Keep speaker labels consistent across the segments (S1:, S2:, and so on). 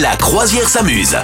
S1: La croisière s'amuse.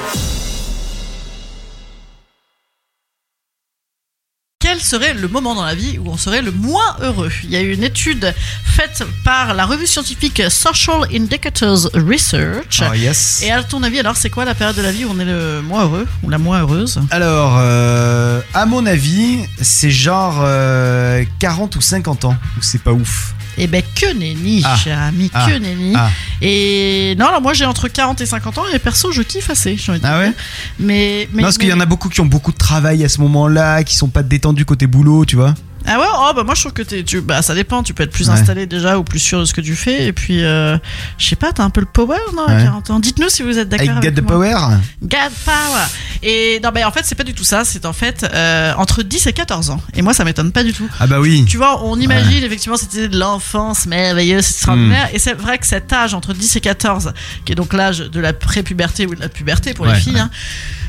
S2: quel serait le moment dans la vie où on serait le moins heureux Il y a eu une étude faite par la revue scientifique Social Indicators Research.
S3: Ah, yes.
S2: Et à ton avis, alors, c'est quoi la période de la vie où on est le moins heureux ou la moins heureuse
S3: Alors, euh, à mon avis, c'est genre euh, 40 ou 50 ans où c'est pas ouf.
S2: Eh ben, que nenni,
S3: Ah.
S2: cher ami,
S3: Ah.
S2: que nenni.
S3: Ah.
S2: Et non, alors moi j'ai entre 40 et 50 ans et perso, je kiffe assez, j'ai envie de
S3: Ah
S2: dire.
S3: ouais
S2: Mais, mais
S3: non, parce qu'il y en a beaucoup qui ont beaucoup de travail à ce moment-là, qui sont pas détendus côté boulot, tu vois.
S2: Ah ouais, oh bah moi je trouve que t'es, tu, bah ça dépend, tu peux être plus
S3: Ouais.
S2: installé déjà ou plus sûr de ce que tu fais et puis euh, je sais pas, t'as un peu le power non à
S3: Ouais.
S2: 40 ans. Dites-nous si vous êtes d'accord.
S3: Avec Get
S2: avec
S3: the
S2: moi.
S3: Power
S2: God power. Et non bah en fait c'est pas du tout ça, c'est en fait euh, entre 10 et 14 ans. Et moi ça m'étonne pas du tout.
S3: Ah bah oui.
S2: Tu vois, on imagine effectivement cette idée de l'enfance merveilleuse, extraordinaire.
S3: Mm.
S2: Et c'est vrai que cet âge entre 10 et 14, qui est donc l'âge de la prépuberté ou de la puberté pour les
S3: Ouais,
S2: filles, hein,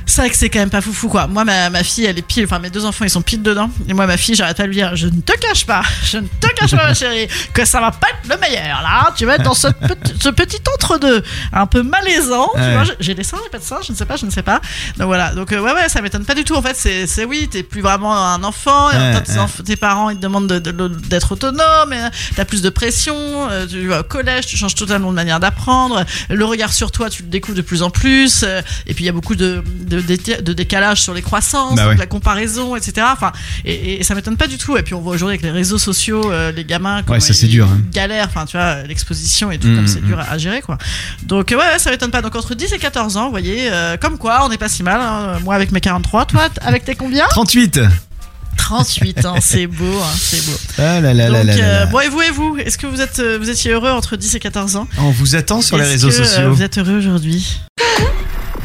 S2: c'est vrai que c'est quand même pas foufou quoi. Moi, ma, ma fille, elle est pile, enfin mes deux enfants, ils sont pile dedans. Et moi, ma fille, j'arrête pas de lui dire, je ne te cache pas, je ne te cache pas, ma chérie, que ça va pas être le meilleur là. hein. Tu vas être dans ce petit, ce petit entre-deux, un peu malaisant. Tu
S3: Ouais.
S2: vois, j'ai des seins, j'ai pas de seins, je ne sais pas, je ne sais pas. Donc voilà, donc euh, ouais, ouais, ça m'étonne pas du tout en fait. C'est c'est- oui, t'es plus vraiment un enfant, et en même temps,
S3: Ouais,
S2: tes
S3: ouais.
S2: enfants tes parents ils te demandent de- de- de- d'être autonome, euh, t'as plus de pression, euh, tu vas au collège, tu changes totalement de manière d'apprendre, euh, le regard sur toi tu le découvres de plus en plus, euh, et puis il y a beaucoup de, de, déti- de décalage sur les croissances,
S3: Bah
S2: donc
S3: ouais.
S2: la comparaison, etc. Enfin, et, et- et ça m'étonne pas du tout. Et puis on voit aujourd'hui avec les réseaux sociaux, euh, les gamins, comment
S3: ça,
S2: ils-
S3: c'est dur, hein.
S2: ils galèrent, enfin tu vois, l'exposition et tout,
S3: Mm,
S2: comme c'est
S3: mm.
S2: dur à, à gérer quoi. Donc euh, ouais, ouais, ça m'étonne pas. Donc entre 10 et 14 ans, vous voyez, euh, comme quoi on n'est pas si mal, hein. moi avec mes 43, toi t- avec tes combien
S3: 38
S2: 38 ans, c'est beau, hein, c'est beau.
S3: Ah là là là
S2: Donc,
S3: là là
S2: euh,
S3: là.
S2: bon, et vous, et vous Est-ce que vous, êtes, euh, vous étiez heureux entre 10 et 14 ans
S3: On vous attend sur les
S2: Est-ce
S3: réseaux
S2: que, euh,
S3: sociaux.
S2: vous êtes heureux aujourd'hui